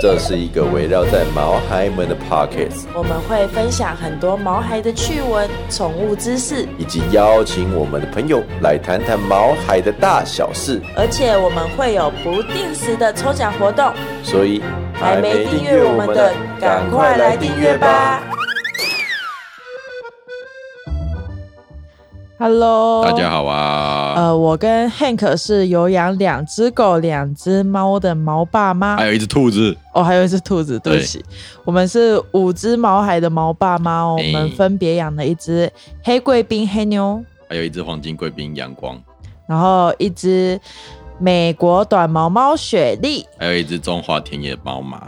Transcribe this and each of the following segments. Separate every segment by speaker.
Speaker 1: 这是一个围绕在毛孩们的 Pockets，
Speaker 2: 我们会分享很多毛孩的趣闻、宠物知识，
Speaker 1: 以及邀请我们的朋友来谈谈毛孩的大小事。
Speaker 2: 而且我们会有不定时的抽奖活动。
Speaker 1: 所以
Speaker 2: 还没订阅我们的，赶快来订阅吧！！Hello，
Speaker 3: 大家。好啊！
Speaker 2: 呃，我跟 Hank 是有养两只狗、两只猫的毛爸妈，
Speaker 3: 还有一只兔子，
Speaker 2: 哦，还有一只兔子，对不起，我们是五只毛孩的毛爸妈哦，
Speaker 3: 哎
Speaker 2: 我们分别养了一只黑贵宾黑妞，
Speaker 3: 还有一只黄金贵宾阳光，
Speaker 2: 然后一只美国短毛猫雪莉，
Speaker 3: 还有一只中华田野猫 嘛。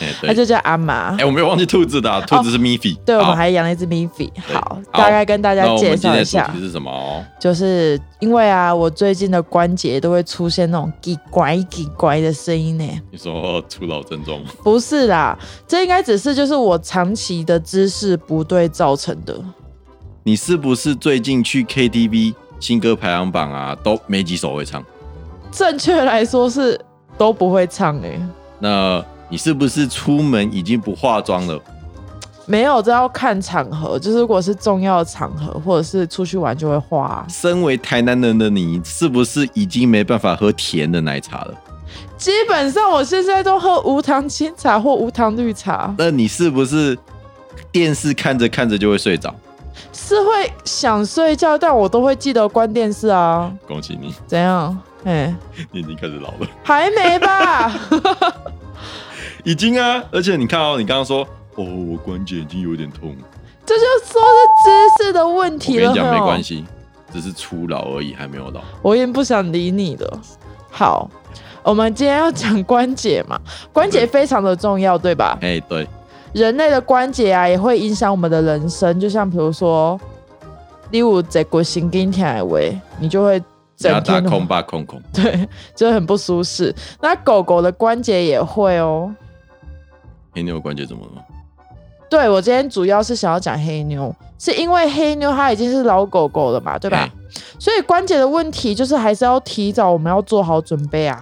Speaker 3: 哎、
Speaker 2: 它
Speaker 3: 对，
Speaker 2: 就叫阿玛。
Speaker 3: 哎、我没有忘记兔子的啊、兔子是米菲、
Speaker 2: 哦对，我们
Speaker 3: 好
Speaker 2: 还养了一只米菲。
Speaker 3: 对
Speaker 2: 好，大概跟大
Speaker 3: 哎那
Speaker 2: 家
Speaker 3: 我
Speaker 2: 介
Speaker 3: 们今
Speaker 2: 绍
Speaker 3: 天
Speaker 2: 一
Speaker 3: 的主
Speaker 2: 下
Speaker 3: 题，是什么？哦
Speaker 2: 就是因为啊，我最近的关节都会出现那种叽拐叽拐的声音呢。
Speaker 3: 你说 初老症状吗？
Speaker 2: 不是啦，这应该只是就是我长期的姿势不对造成的。
Speaker 3: 你是不是最近去 KTV 新歌排行榜啊，都没几首会唱？
Speaker 2: 正确来说是都不会唱哎、
Speaker 3: 那你是不是出门已经不化妆了？
Speaker 2: 没有，这要看场合，就是如果是重要的场合或者是出去玩就会化啊、
Speaker 3: 身为台南人的你，是不是已经没办法喝甜的奶茶了？
Speaker 2: 基本上我现在都喝无糖清茶或无糖绿茶，
Speaker 3: 那你是不是电视看着看着就会睡着？
Speaker 2: 是会想睡觉，但我都会记得关电视啊。
Speaker 3: 恭喜你，
Speaker 2: 怎样？哎、
Speaker 3: 你已经开始老了。
Speaker 2: 还没 吧？
Speaker 3: 已经啊，而且你看哦，你刚刚说哦，我关节已经有点痛，
Speaker 2: 这就说是姿势的问
Speaker 3: 我
Speaker 2: 题
Speaker 3: 跟
Speaker 2: 了。哦
Speaker 3: 你讲没关
Speaker 2: 系，
Speaker 3: 系，只是初老而已，还没有老。
Speaker 2: 我已经不想理你了。好，我们今天要讲关节嘛，关节非常的重要，对吧？
Speaker 3: 哎，对，
Speaker 2: 人类的关节啊，也会影响我们的人生。就像比如说，例如这股神经疼的位，你就会整
Speaker 3: 加大
Speaker 2: 天哦
Speaker 3: 空吧空空，
Speaker 2: 对，就很不舒适。那狗狗的关节也会哦。
Speaker 3: 黑妞的关节怎么了吗？
Speaker 2: 对我今天主要是想要讲黑妞，是因为黑妞它已经是老狗狗了嘛，对吧？所以关节的问题就是还是要提早我们要做好准备啊，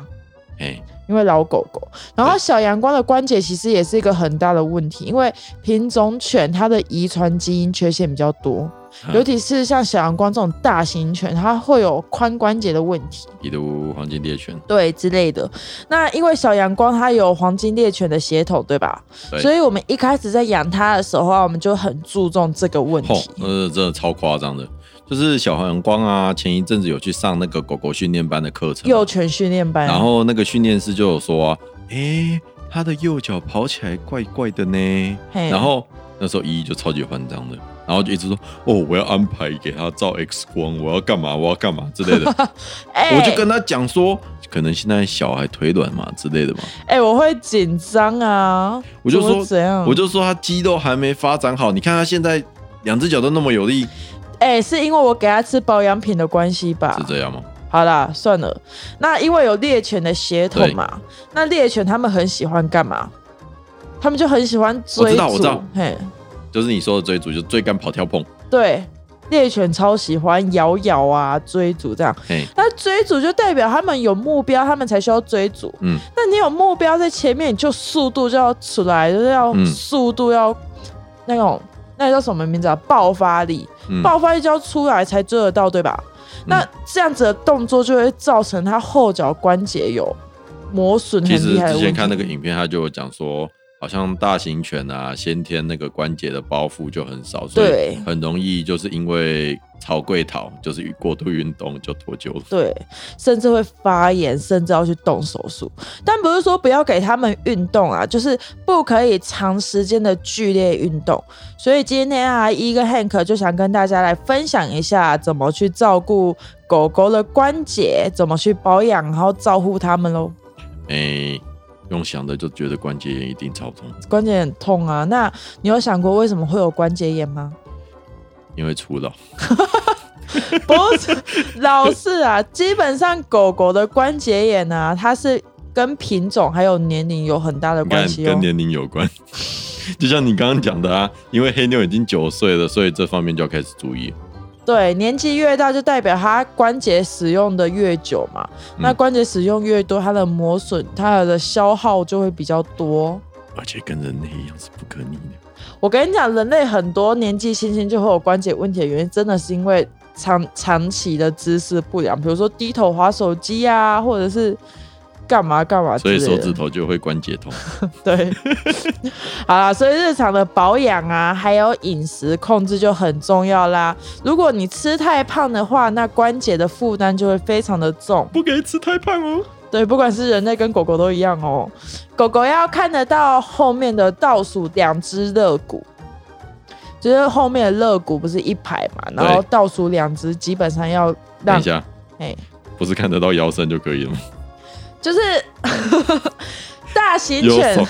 Speaker 3: 哎？
Speaker 2: 因为老狗狗。然后小阳光的关节其实也是一个很大的问题，因为品种犬它的遗传基因缺陷比较多，
Speaker 3: 哎，
Speaker 2: 尤其是像小阳光这种大型犬，它会有髋关节的问题。
Speaker 3: 比如黄金猎犬，
Speaker 2: 对之类的。那因为小阳光它有黄金猎犬的血统，对吧？
Speaker 3: 对
Speaker 2: 所以我们一开始在养它的时候啊，我们就很注重这个问
Speaker 3: 吼
Speaker 2: 题。，
Speaker 3: 那是真的超夸张的。就是小黄光啊，前一阵子有去上那个狗狗训练班的课程嘛，
Speaker 2: 幼犬训练班，
Speaker 3: 然后那个训练师就有说、啊，哎、他的右脚跑起来怪怪的呢。
Speaker 2: 嘿
Speaker 3: 然后那时候依依就超级慌张的，然后就一直说：“哦，我要安排给他照 X 光，我要干嘛，我要干嘛之类的。
Speaker 2: 哎、
Speaker 3: 我就跟他讲说，可能现在小孩腿软嘛之类的嘛，
Speaker 2: 哎、我会紧张啊，
Speaker 3: 我就
Speaker 2: 怎么
Speaker 3: 说
Speaker 2: 怎样，
Speaker 3: 我就说他肌肉还没发展好，你看他现在两只脚都那么有力，
Speaker 2: 哎、是因为我给它吃保养品的关系吧？
Speaker 3: 是这样吗？
Speaker 2: 好啦，算了。那因为有猎犬的血统嘛，那猎犬他们很喜欢干嘛？他们就很喜欢追逐，
Speaker 3: 我知道我知道
Speaker 2: 嘿，
Speaker 3: 就是你说的追逐，就追赶跑跳碰，
Speaker 2: 对，猎犬超喜欢咬咬啊、追逐这样。
Speaker 3: 嘿，
Speaker 2: 那追逐就代表他们有目标，他们才需要追逐。
Speaker 3: 嗯，
Speaker 2: 那你有目标在前面，你就速度就要出来，就是要
Speaker 3: 嗯
Speaker 2: 速度要那种那叫什么名字啊？爆发力，
Speaker 3: 嗯
Speaker 2: 爆发力就要出来才追得到，对吧？那这样子的动作就会造成他后脚关节有磨损很
Speaker 3: 其实
Speaker 2: 厉害的
Speaker 3: 之
Speaker 2: 问题。
Speaker 3: 前看那个影片，他就有讲说，好像大型犬啊，先天那个关节的包覆就很少，所
Speaker 2: 对
Speaker 3: 以很容易就是因为草贵逃，就是过度运动就脱臼了。
Speaker 2: 对，甚至会发炎，甚至要去动手术。但不是说不要给他们运动啊，就是不可以长时间的剧烈运动。所以今天啊，一跟 Hank 就想跟大家来分享一下怎么去照顾狗狗的关节，怎么去保养，然后照顾它们喽。
Speaker 3: 哎、用想的就觉得关节炎一定超痛，
Speaker 2: 关节很痛啊，那你有想过为什么会有关节 炎吗？
Speaker 3: 因为初老。
Speaker 2: 不是，老是啊，基本上狗狗的关节炎啊，它是跟品种还有年龄有很大的
Speaker 3: 你
Speaker 2: 关
Speaker 3: 看
Speaker 2: 系哦
Speaker 3: 跟。年龄有关， 就像你刚刚讲的啊，因为黑妞已经九岁了，所以这方面就要开始注意。
Speaker 2: 对，年纪越大就代表它关节使用的越久嘛，那
Speaker 3: 嗯
Speaker 2: 关节使用越多，它的磨损、它的消耗就会比较多。
Speaker 3: 而且跟人类一样是不可逆的，
Speaker 2: 我跟你讲，人类很多年纪轻轻就会有关节问题的原因，真的是因为长长期的姿势不良，比如说低头划手机啊，或者是干嘛干嘛之
Speaker 3: 所
Speaker 2: 类
Speaker 3: 以
Speaker 2: 的。
Speaker 3: 手指头就会关节痛。
Speaker 2: 对， 好啦，所以日常的保养啊，还有饮食控制就很重要啦。如果你吃太胖的话，那关节的负担就会非常的重。
Speaker 3: 不可以吃太胖哦。
Speaker 2: 对，不管是人类跟狗狗都一样哦。狗狗要看得到后面的倒数两只肋骨，就是后面的肋骨不是一排嘛，然后倒数两只基本上要
Speaker 3: 等
Speaker 2: 让
Speaker 3: 一下，
Speaker 2: 哎，
Speaker 3: 不是看得到腰身就可以了吗？
Speaker 2: 就是 大型
Speaker 3: 有
Speaker 2: 犬
Speaker 3: 手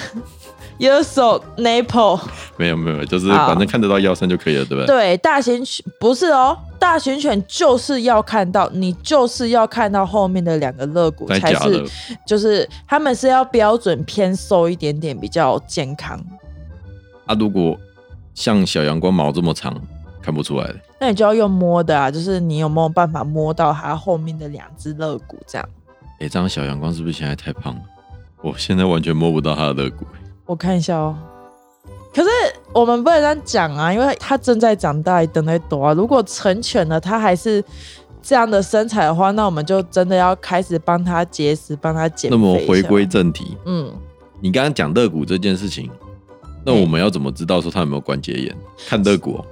Speaker 2: 有手 Naple
Speaker 3: 没有没有，就是
Speaker 2: 好
Speaker 3: 反正看得到腰身就可以了，对不对？
Speaker 2: 对大型犬不是哦，大型犬就是要看到你就是要看到后面的两个肋骨
Speaker 3: 太
Speaker 2: 才
Speaker 3: 假
Speaker 2: 是
Speaker 3: 了，
Speaker 2: 就是他们是要标准偏瘦一点点比较健康。
Speaker 3: 啊！如果像小阳光毛这么长，看不出来的。
Speaker 2: 那你就要用摸的啊，就是你有没有办法摸到它后面的两只肋骨这样？
Speaker 3: 哎、这样小阳光是不是现在太胖了？我现在完全摸不到他的肋骨。
Speaker 2: 我看一下哦。可是我们不能这样讲啊，因为它正在长大，等待多啊。如果成犬了，它还是这样的身材的话，那我们就真的要开始帮它节食，帮它减肥。
Speaker 3: 那么回归，正题，
Speaker 2: 嗯，
Speaker 3: 你刚刚讲肋骨这件事情，那
Speaker 2: 嗯
Speaker 3: 我们要怎么知道说他有没有关节炎？看肋骨哦、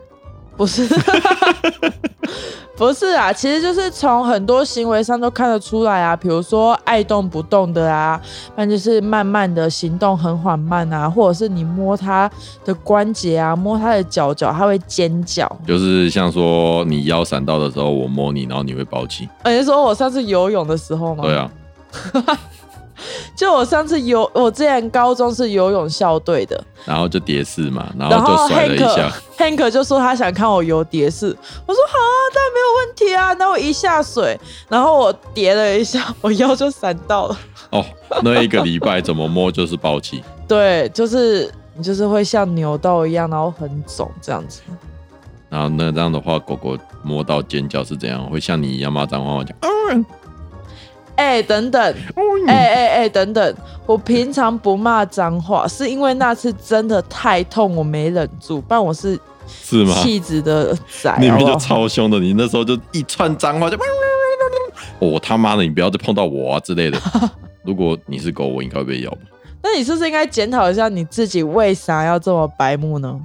Speaker 2: 不是，不是啊，其实就是从很多行为上都看得出来啊，比如说爱动不动的啊，那就是慢慢的行动很缓慢啊，或者是你摸它的关节啊，摸它的脚脚，它会尖叫。
Speaker 3: 就是像说你腰闪到的时候，我摸你，然后你会暴起。
Speaker 2: 呃你是说我上次游泳的时候吗？
Speaker 3: 对，啊，
Speaker 2: 就我上次游，我之前高中是游泳校队的，
Speaker 3: 然后就跌式嘛，然
Speaker 2: 然
Speaker 3: 后
Speaker 2: 后
Speaker 3: 就甩了一
Speaker 2: Hank
Speaker 3: 下。
Speaker 2: Hank 就说他想看我游蝶式，我说好啊，当然没有问题啊。那我一下水，然后我叠了一下，我腰就闪到了。
Speaker 3: 哦，那一个礼拜怎么摸就是暴气。
Speaker 2: 对，就是你就是会像扭到一样，然后很肿这样子。
Speaker 3: 然后那这样的话，狗狗摸到尖叫是怎样？会像你一样骂脏话吗？啊讲，
Speaker 2: 哎、等等，哎哎哎，等等，我平常不骂脏话，是因为那次真的太痛，我没忍住，不然我是
Speaker 3: 是吗？
Speaker 2: 气质的仔，
Speaker 3: 你
Speaker 2: 好
Speaker 3: 们就
Speaker 2: 不好
Speaker 3: 超凶的，你那时候就一串脏话就， 哦我、他妈的，你不要再碰到我啊之类 的。如果你是狗，我应该会被咬吧？
Speaker 2: 那你是不是应该检讨一下你自己为啥要这么白目呢？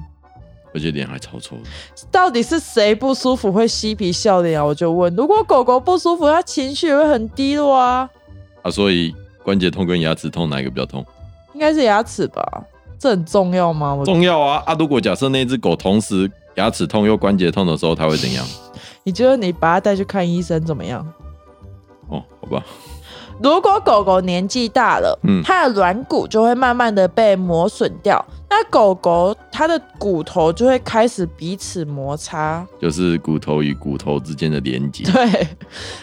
Speaker 3: 而且脸还超臭的。
Speaker 2: 到底是谁不舒服会嬉皮笑脸啊？我就问，如果狗狗不舒服，它情绪也会很低落啊，
Speaker 3: 啊，所以关节痛跟牙齿痛哪一个比较痛？
Speaker 2: 应该是牙齿吧？这很重要吗？我
Speaker 3: 重要啊！啊，如果假设那只狗同时牙齿痛又关节痛的时候，它会怎样？
Speaker 2: 你觉得你把它带去看医生怎么样？
Speaker 3: 哦，好吧，
Speaker 2: 如果狗狗年纪大了，
Speaker 3: 嗯
Speaker 2: 它的软骨就会慢慢的被磨损掉，那狗狗它的骨头就会开始彼此摩擦，
Speaker 3: 就是骨头与骨头之间的连 接。
Speaker 2: 对，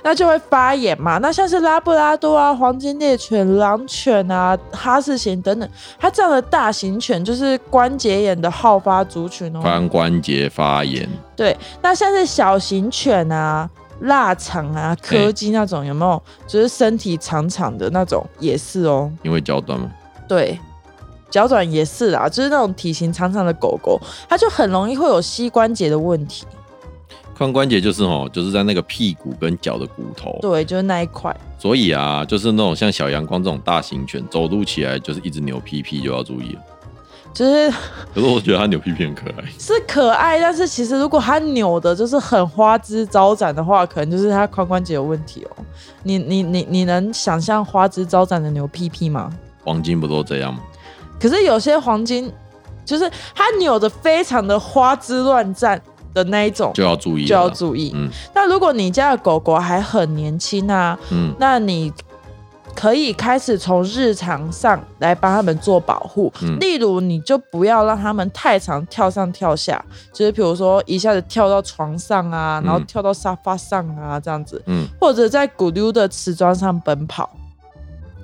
Speaker 2: 那就会发炎嘛。那像是拉布拉多啊、黄金猎犬、狼犬啊、哈士奇等等，它这样的大型犬就是关节炎的好发族群哦。
Speaker 3: 髋关节发炎，
Speaker 2: 对，那像是小型犬啊、腊肠啊、柯基那种，有没有？就是身体长长的那种，也是哦。
Speaker 3: 因为脚短嘛。
Speaker 2: 对，脚短也是啦，就是那种体型长长的狗狗，它就很容易会有膝关节的问题。
Speaker 3: 髋关节就是哦，就是在那个屁股跟脚的骨头。
Speaker 2: 对，就是那一块。
Speaker 3: 所以啊，就是那种像小阳光这种大型犬，走路起来就是一直扭屁屁，就要注意了。
Speaker 2: 就是
Speaker 3: 可是我觉得它扭屁屁很可爱，
Speaker 2: 是可爱，但是其实如果它扭的就是很花枝招展的话，可能就是它髋关节有问题哦。你你你你能想象花枝招展的牛屁屁吗？
Speaker 3: 黄金不都这样吗？
Speaker 2: 可是有些黄金就是它扭的非常的花枝乱颤的那一种，
Speaker 3: 就要注意，
Speaker 2: 就要。注意。
Speaker 3: 嗯
Speaker 2: 那如果你家的狗狗还很年轻啊，
Speaker 3: 嗯，
Speaker 2: 那你可以开始从日常上来帮他们做保护，
Speaker 3: 嗯
Speaker 2: 例如你就不要让他们太常跳上跳下，就是比如说一下子跳到床上啊，
Speaker 3: 嗯
Speaker 2: 然后跳到沙发上啊这样子，
Speaker 3: 嗯，
Speaker 2: 或者在古溜的瓷砖上奔跑。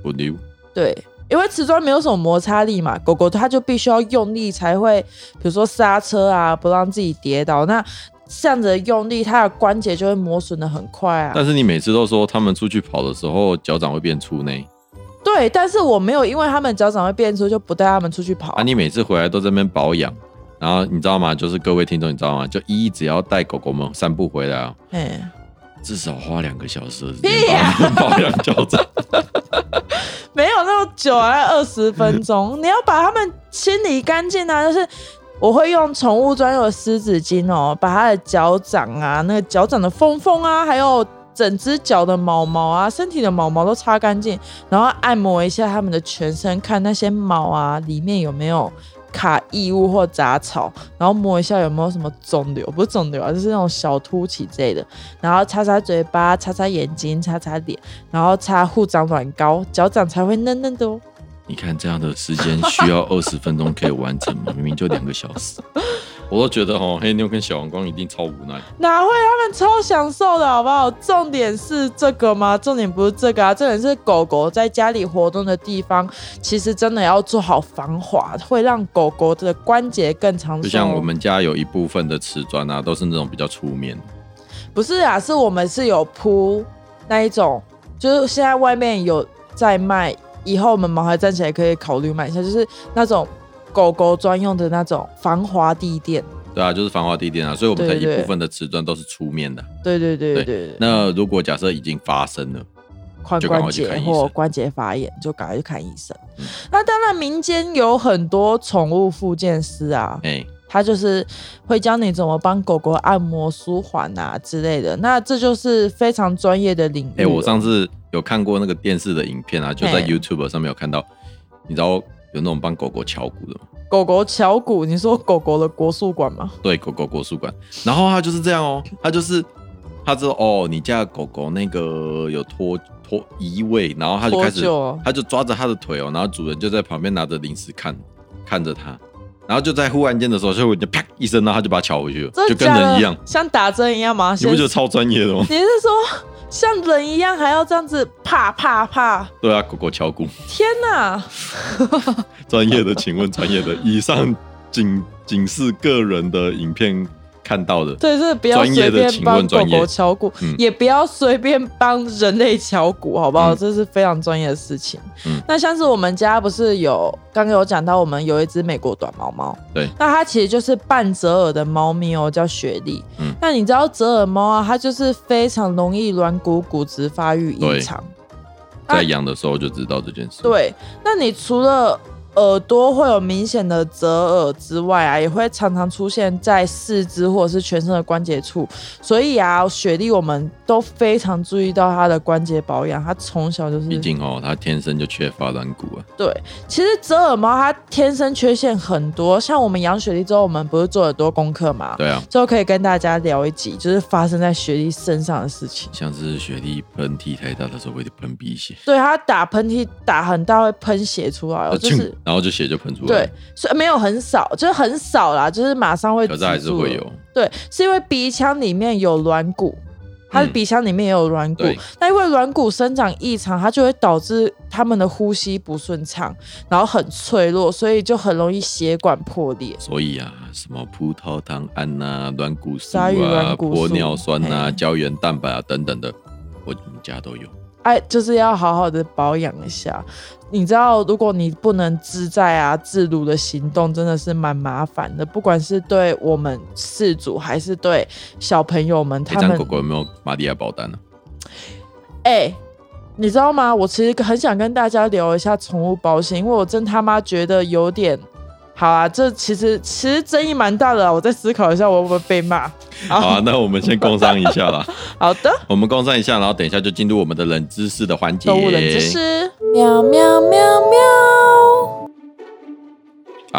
Speaker 3: 我溜，
Speaker 2: 对，因为瓷砖没有什么摩擦力嘛，狗狗它就必须要用力才会，比如说刹车啊，不让自己跌倒。那这样子的用力，它的关节就会磨损的很快啊。
Speaker 3: 但是你每次都说他们出去跑的时候脚掌会变粗呢，
Speaker 2: 对，但是我没有因为它们脚掌会变粗就不带它们出去跑。
Speaker 3: 啊，你每次回来都在那边保养，然后你知道吗？就是各位听众，你知道吗？就一只要带狗狗们散步回来啊，
Speaker 2: 嘿
Speaker 3: 至少花两个小时的时间
Speaker 2: 啊
Speaker 3: 帮它们保养脚掌。
Speaker 2: 没有那么久啊，二十分钟。你要把它们清理干净啊，就是我会用宠物专用的湿纸巾哦，把它的脚掌啊、那个脚掌的缝缝啊，还有整只脚的毛毛啊、身体的毛毛都擦干净，然后按摩一下它们的全身，看那些毛啊里面有没有。卡异物或杂草，然后摸一下有没有什么肿瘤，不是肿瘤啊，就是那种小凸起之类的。然后擦擦嘴巴，擦擦眼睛，擦擦脸，然后擦护掌软膏，脚掌才会嫩嫩的哦。
Speaker 3: 你看这样的时间需 要二十分钟可以完成吗？明明就两个小时，我都觉得哦，黑妞跟小王光一定超无奈。
Speaker 2: 哪会？他们超享受的好不好？重点是这个吗？重点不是这个啊，重点是狗狗在家里活动的地方，其实真的要做好防滑，会让狗狗的关节更长寿。
Speaker 3: 就像我们家有一部分的瓷砖啊，都是那种比较粗面的，
Speaker 2: 不是啊，是我们是有铺那一种，就是现在外面有在卖，以后我们毛孩站起来可以考虑买一下，就是那种狗狗专用的那种防滑地垫。
Speaker 3: 对啊，就是防滑地垫啊，所以我们才
Speaker 2: 对对
Speaker 3: 一
Speaker 2: 对
Speaker 3: 部分的瓷砖都是粗面的。
Speaker 2: 对对对对
Speaker 3: 对
Speaker 2: 对，
Speaker 3: 那如果假设已经发生了，
Speaker 2: 髋
Speaker 3: 就赶
Speaker 2: 关
Speaker 3: 快去
Speaker 2: 节
Speaker 3: 看医
Speaker 2: 或
Speaker 3: 生嗯
Speaker 2: 关节发炎，就赶快去看医生。那当然，民间有很多宠物复健师啊，
Speaker 3: 哎、
Speaker 2: 他就是会教你怎么帮狗狗按摩、舒缓啊之类的。那这就是非常专业的领域了。
Speaker 3: 哎、我上次有看过那个电视的影片啊，就在
Speaker 2: 嗯嘿
Speaker 3: YouTube 上面有看到，你知道有那种帮狗狗敲鼓的吗？
Speaker 2: 狗狗敲骨，你说狗狗的国术馆吗？
Speaker 3: 对，狗狗国术馆，然后他就是这样哦，他就是他知道哦，你家的狗狗那个有脱脱移位，然后他就开
Speaker 2: 脱
Speaker 3: 始
Speaker 2: 臼哦
Speaker 3: 他就抓着他的腿哦，然后主人就在旁边拿着零食看看着他，然后就在忽然间的时候，就就啪一声，然后他就把它敲回去了，
Speaker 2: 真
Speaker 3: 就
Speaker 2: 的
Speaker 3: 跟
Speaker 2: 假的
Speaker 3: 人一样，
Speaker 2: 像打针一样吗？
Speaker 3: 你不
Speaker 2: 先
Speaker 3: 觉得超专业的吗？
Speaker 2: 你是说像人一样还要这样子啪啪啪？
Speaker 3: 对啊，狗狗敲鼓，
Speaker 2: 天哪！
Speaker 3: 专业的，请问专业的，以上仅仅是个人的影片看到的，
Speaker 2: 对，是不要
Speaker 3: 专业
Speaker 2: 随
Speaker 3: 的
Speaker 2: 便
Speaker 3: 请
Speaker 2: 帮
Speaker 3: 问
Speaker 2: 狗
Speaker 3: 专业
Speaker 2: 狗敲鼓，
Speaker 3: 嗯
Speaker 2: 也不要随便帮人类敲鼓，好不好？
Speaker 3: 嗯
Speaker 2: 这是非常专业的事情。
Speaker 3: 嗯
Speaker 2: 那像是我们家不是有刚刚有讲到，我们有一只美国短毛猫，
Speaker 3: 对，
Speaker 2: 那它其实就是半折耳的猫咪哦，叫雪莉。
Speaker 3: 嗯
Speaker 2: 那你知道折耳猫啊，它就是非常容易软骨骨质发育异
Speaker 3: 对
Speaker 2: 常。啊
Speaker 3: 在养的时候就知道这件事。
Speaker 2: 对，那你除了耳朵会有明显的折耳之外啊，也会常常出现在四肢或者是全身的关节处。所以啊，雪莉我们都非常注意到她的关节保养，她从小就是
Speaker 3: 毕竟哦，它天生就缺乏软骨啊。
Speaker 2: 对，其实折耳猫它天生缺陷很多，像我们养雪莉之后，我们不是做了多功课嘛，
Speaker 3: 对啊，
Speaker 2: 之后可以跟大家聊一集，就是发生在雪莉身上的事情。
Speaker 3: 像是雪莉喷嚏太大的时候会喷鼻血，
Speaker 2: 对它打喷嚏打很大会喷血出来哦，
Speaker 3: 啊
Speaker 2: 就是
Speaker 3: 啾然后就血就喷出来
Speaker 2: 对。，所以没有很少，就是很少啦，就是马上会
Speaker 3: 可
Speaker 2: 止
Speaker 3: 是还是
Speaker 2: 住
Speaker 3: 会
Speaker 2: 了。
Speaker 3: 有，
Speaker 2: 对，是因为鼻腔里面有软骨，它的
Speaker 3: 嗯
Speaker 2: 鼻腔里面也有软骨
Speaker 3: 对，
Speaker 2: 那、因为软骨生长异常，它就会导致它们的呼吸不顺畅，然后很脆弱，所以就很容易血管破裂。
Speaker 3: 所以啊，什么葡萄糖胺呐、软骨素
Speaker 2: 鲨鱼软
Speaker 3: 啊、
Speaker 2: 骨素
Speaker 3: 玻尿酸呐、
Speaker 2: 嘿
Speaker 3: 胶原蛋白啊等等的，我们家都有。
Speaker 2: 哎，就是要好好的保养一下。你知道，如果你不能自在啊、自如的行动，真的是蛮麻烦的。不管是对我们饲主，还是对小朋友们，
Speaker 3: 哎
Speaker 2: 他
Speaker 3: 这样
Speaker 2: 们
Speaker 3: 狗狗有没有马里亚保 单呢、啊
Speaker 2: 哎、你知道吗？我其实很想跟大家聊一下宠物保险，因为我真他妈觉得有点。好啊，这其实其实争议蛮大的啊、我再思考一下，我会不会被骂？
Speaker 3: 啊？好啊，那我们先工商一下 啦。
Speaker 2: 好的，
Speaker 3: 我们工商一下，然后等一下就进入我们的冷知识的环节。
Speaker 2: 动物冷知识，喵喵喵喵。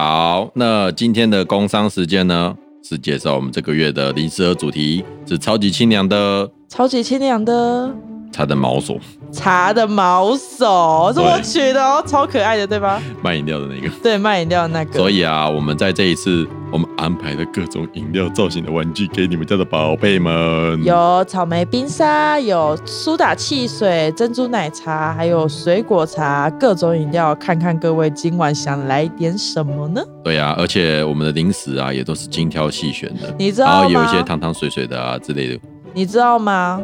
Speaker 3: 好，那今天的工商时间呢，是介绍我们这个月的零食盒主题是超级清凉的
Speaker 2: 超级清凉的
Speaker 3: 它的毛索
Speaker 2: 茶的毛手，是我
Speaker 3: 对
Speaker 2: 取的哦，超可爱的，对吧？
Speaker 3: 卖饮料的那个。
Speaker 2: 对，卖饮料的那个。
Speaker 3: 所以啊，我们在这一次我们安排了各种饮料造型的玩具给你们家的宝贝们。
Speaker 2: 有草莓冰沙，有苏打汽水、珍珠奶茶，还有水果茶，各种饮料。看看各位今晚想来点什么呢？
Speaker 3: 对啊，而且我们的零食啊也都是精挑细选的，
Speaker 2: 你知
Speaker 3: 然
Speaker 2: 道
Speaker 3: 哦后有一些
Speaker 2: 吗？
Speaker 3: 汤汤水水的啊之类的。
Speaker 2: 你知道吗？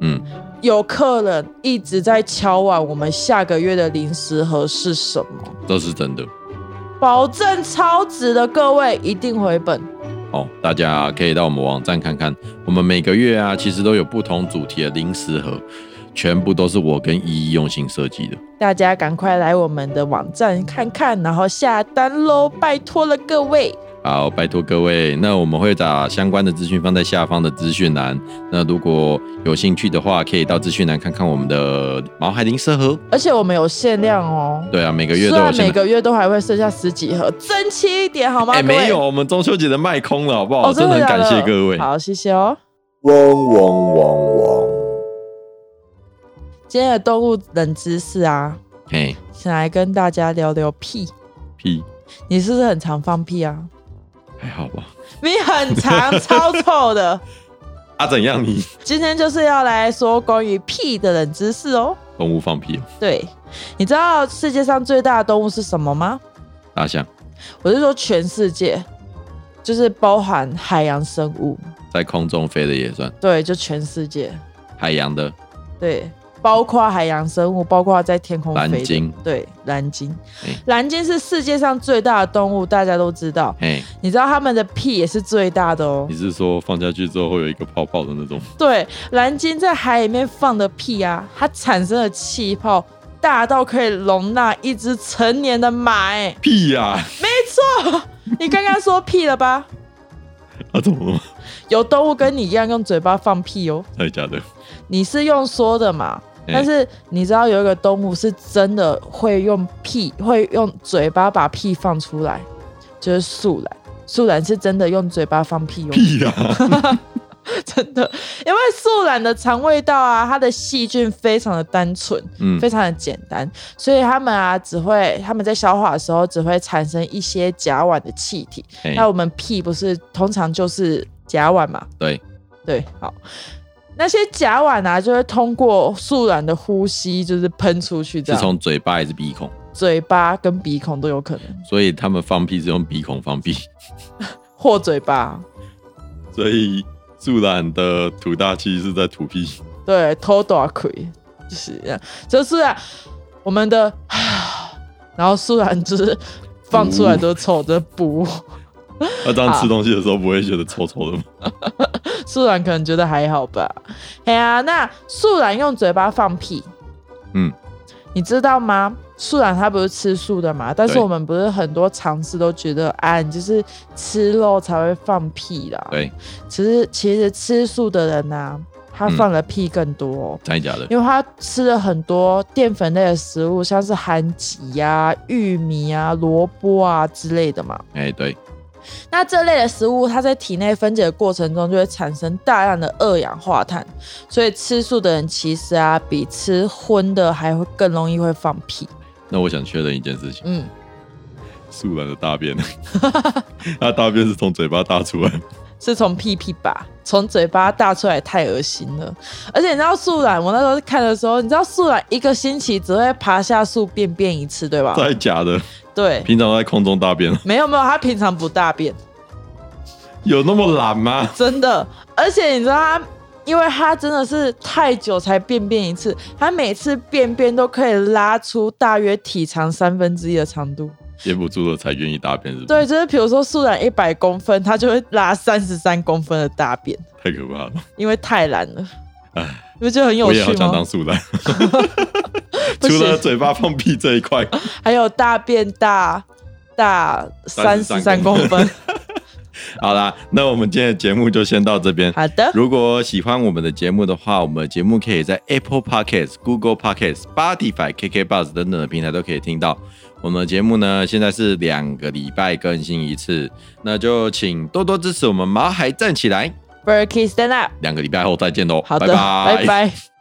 Speaker 3: 嗯，
Speaker 2: 有客人一直在敲碗，我们下个月的零食盒是什么？
Speaker 3: 这是真的
Speaker 2: 保证超值的，各位一定回本。
Speaker 3: 哦。大家可以到我们网站看看，我们每个月啊其实都有不同主题的零食盒，全部都是我跟依依用心设计的。
Speaker 2: 大家赶快来我们的网站看看，然后下单喽，拜托了各位。
Speaker 3: 好，拜托各位，那我们会把相关的资讯放在下方的资讯栏。那如果有兴趣的话，可以到资讯栏看看我们的毛海林色盒。
Speaker 2: 而且我们有限量哦，
Speaker 3: 对啊，每个月
Speaker 2: 虽
Speaker 3: 都有
Speaker 2: 然
Speaker 3: 限
Speaker 2: 每
Speaker 3: 量。
Speaker 2: 个月都还会剩下十几盒，争气一点好吗？
Speaker 3: 哎、
Speaker 2: 各位
Speaker 3: 没有，，我们中秋节的卖空了，好不好？
Speaker 2: 哦，
Speaker 3: 真的很
Speaker 2: 的假
Speaker 3: 感
Speaker 2: 的
Speaker 3: 谢各位。
Speaker 2: 好，谢谢哦。
Speaker 1: 嗡嗡嗡嗡。
Speaker 2: 今天的动物冷知识啊，
Speaker 3: 嘿，
Speaker 2: 想来跟大家聊聊屁。
Speaker 3: 屁，
Speaker 2: 你是不是很常放屁啊？
Speaker 3: 还好吧？
Speaker 2: 你很常，超臭 的。
Speaker 3: 啊，怎样你？
Speaker 2: 今天就是要来说关于屁的冷知识哦。
Speaker 3: 动物放屁哦，
Speaker 2: 对，你知道世界上最大的动物是什么吗？
Speaker 3: 大象
Speaker 2: 我是说全世界，就是包含海洋生物，
Speaker 3: 在空中飞的也算，
Speaker 2: 对，就全世界，
Speaker 3: 海洋的
Speaker 2: 对，包括海洋生物，包括在天空
Speaker 3: 蓝
Speaker 2: 飞的。
Speaker 3: 鲸。
Speaker 2: 对，蓝鲸
Speaker 3: 哎，
Speaker 2: 蓝鲸是世界上最大的动物，大家都知道。
Speaker 3: 嘿，
Speaker 2: 你知道它们的屁也是最大的哦
Speaker 3: 你。是说放下去之后会有一个泡泡的那种？
Speaker 2: 对，蓝鲸在海里面放的屁啊，它产生的气泡大到可以容纳一只成年的马、哎，
Speaker 3: 屁呀、
Speaker 2: 你刚刚说屁了吧？
Speaker 3: 啊，怎么了吗？
Speaker 2: 有动物跟你一样用嘴巴放屁哦。
Speaker 3: 真的假的？
Speaker 2: 你是用说的嘛？
Speaker 3: 哎
Speaker 2: 但是你知道有一个动物是真的会用屁，会用嘴巴把屁放出来，就是树懒。树懒是真的用嘴巴放屁哦，
Speaker 3: 屁呀、
Speaker 2: 真的，因为树懒的肠胃道啊，它的细菌非常的单纯，
Speaker 3: 嗯
Speaker 2: 非常的简单，所以它们啊只会，它们在消化的时候只会产生一些甲烷的气体，
Speaker 3: 嘿
Speaker 2: 那我们屁不是通常就是甲烷嘛？
Speaker 3: 对
Speaker 2: 对，好，那些甲烷啊，就会通过素然的呼吸，就是喷出去，
Speaker 3: 是
Speaker 2: 这样
Speaker 3: 从嘴巴还是鼻孔？
Speaker 2: 嘴巴跟鼻孔都有可能，
Speaker 3: 所以他们放屁是用鼻孔放屁，
Speaker 2: 或嘴巴，
Speaker 3: 所以树懒的吐大气是在吐屁。
Speaker 2: 对，偷大亏，就是这样，就是啊，我们的，然后素然就是放出来都
Speaker 3: 嗯
Speaker 2: 臭的不，
Speaker 3: 那这样吃东西的时候不会觉得臭臭的吗？
Speaker 2: 素然可能觉得还好吧。哎呀、那素然用嘴巴放屁，
Speaker 3: 嗯，
Speaker 2: 你知道吗？素然它不是吃素的嘛，但是
Speaker 3: 对
Speaker 2: 我们不是很多常识都觉得，啊，你就是吃肉才会放屁啦。，
Speaker 3: 对，
Speaker 2: 其实其实吃素的人呐、他
Speaker 3: 嗯
Speaker 2: 放的屁更多哦、
Speaker 3: 真的假的？
Speaker 2: 因为他吃了很多淀粉类的食物，像是含鲫呀、玉米啊、萝卜啊之类的嘛。
Speaker 3: 哎、对，
Speaker 2: 那这类的食物，它在体内分解的过程中就会产生大量的二氧化碳，所以吃素的人其实啊，比吃荤的还会更容易会放屁。
Speaker 3: 那我想确认一件事情：
Speaker 2: 嗯，
Speaker 3: 树懒的大 便，它大便是从嘴巴大出来吗。
Speaker 2: 是从屁屁吧，从嘴巴大出来太恶心了。而且你知道素懒，我那时候看的时候，你知道素懒一个星期只会爬下树便便一次，对吧？
Speaker 3: 真的假的？
Speaker 2: 对，
Speaker 3: 平常都在空中大便，
Speaker 2: 没有没有，它平常不大便。
Speaker 3: 有那么懒吗？
Speaker 2: 真的。而且你知道他，因为他真的是太久才便便一次，他每次便便都可以拉出大约体长三分之一的长度。
Speaker 3: 憋不住了才愿意大便，是不是？
Speaker 2: 对，就是比如说素然一百公分，他就会拉三十三公分的大便，
Speaker 3: 太可怕了！
Speaker 2: 因为太懒了。
Speaker 3: 哎，
Speaker 2: 你不觉得很有
Speaker 3: 我也好
Speaker 2: 趣
Speaker 3: 想当
Speaker 2: 吗？
Speaker 3: 树 懒，
Speaker 2: 不
Speaker 3: 除了
Speaker 2: 行，
Speaker 3: 嘴巴放屁这一块，
Speaker 2: 还有大便大大三十三公分。
Speaker 3: 好啦，那我们今天的节目就先到这边。
Speaker 2: 好的，
Speaker 3: 如果喜欢我们的节目的话，我们的节目可以在 Apple Podcast、Google Podcast、Spotify、KK Bus 等等的平台都可以听到。我们的节目呢，现在是两个礼拜更新一次，那就请多多支持我们毛孩站起来。
Speaker 2: b u r k y stand up。
Speaker 3: 两个礼拜后再见喽，
Speaker 2: 好的，
Speaker 3: 拜
Speaker 2: 拜拜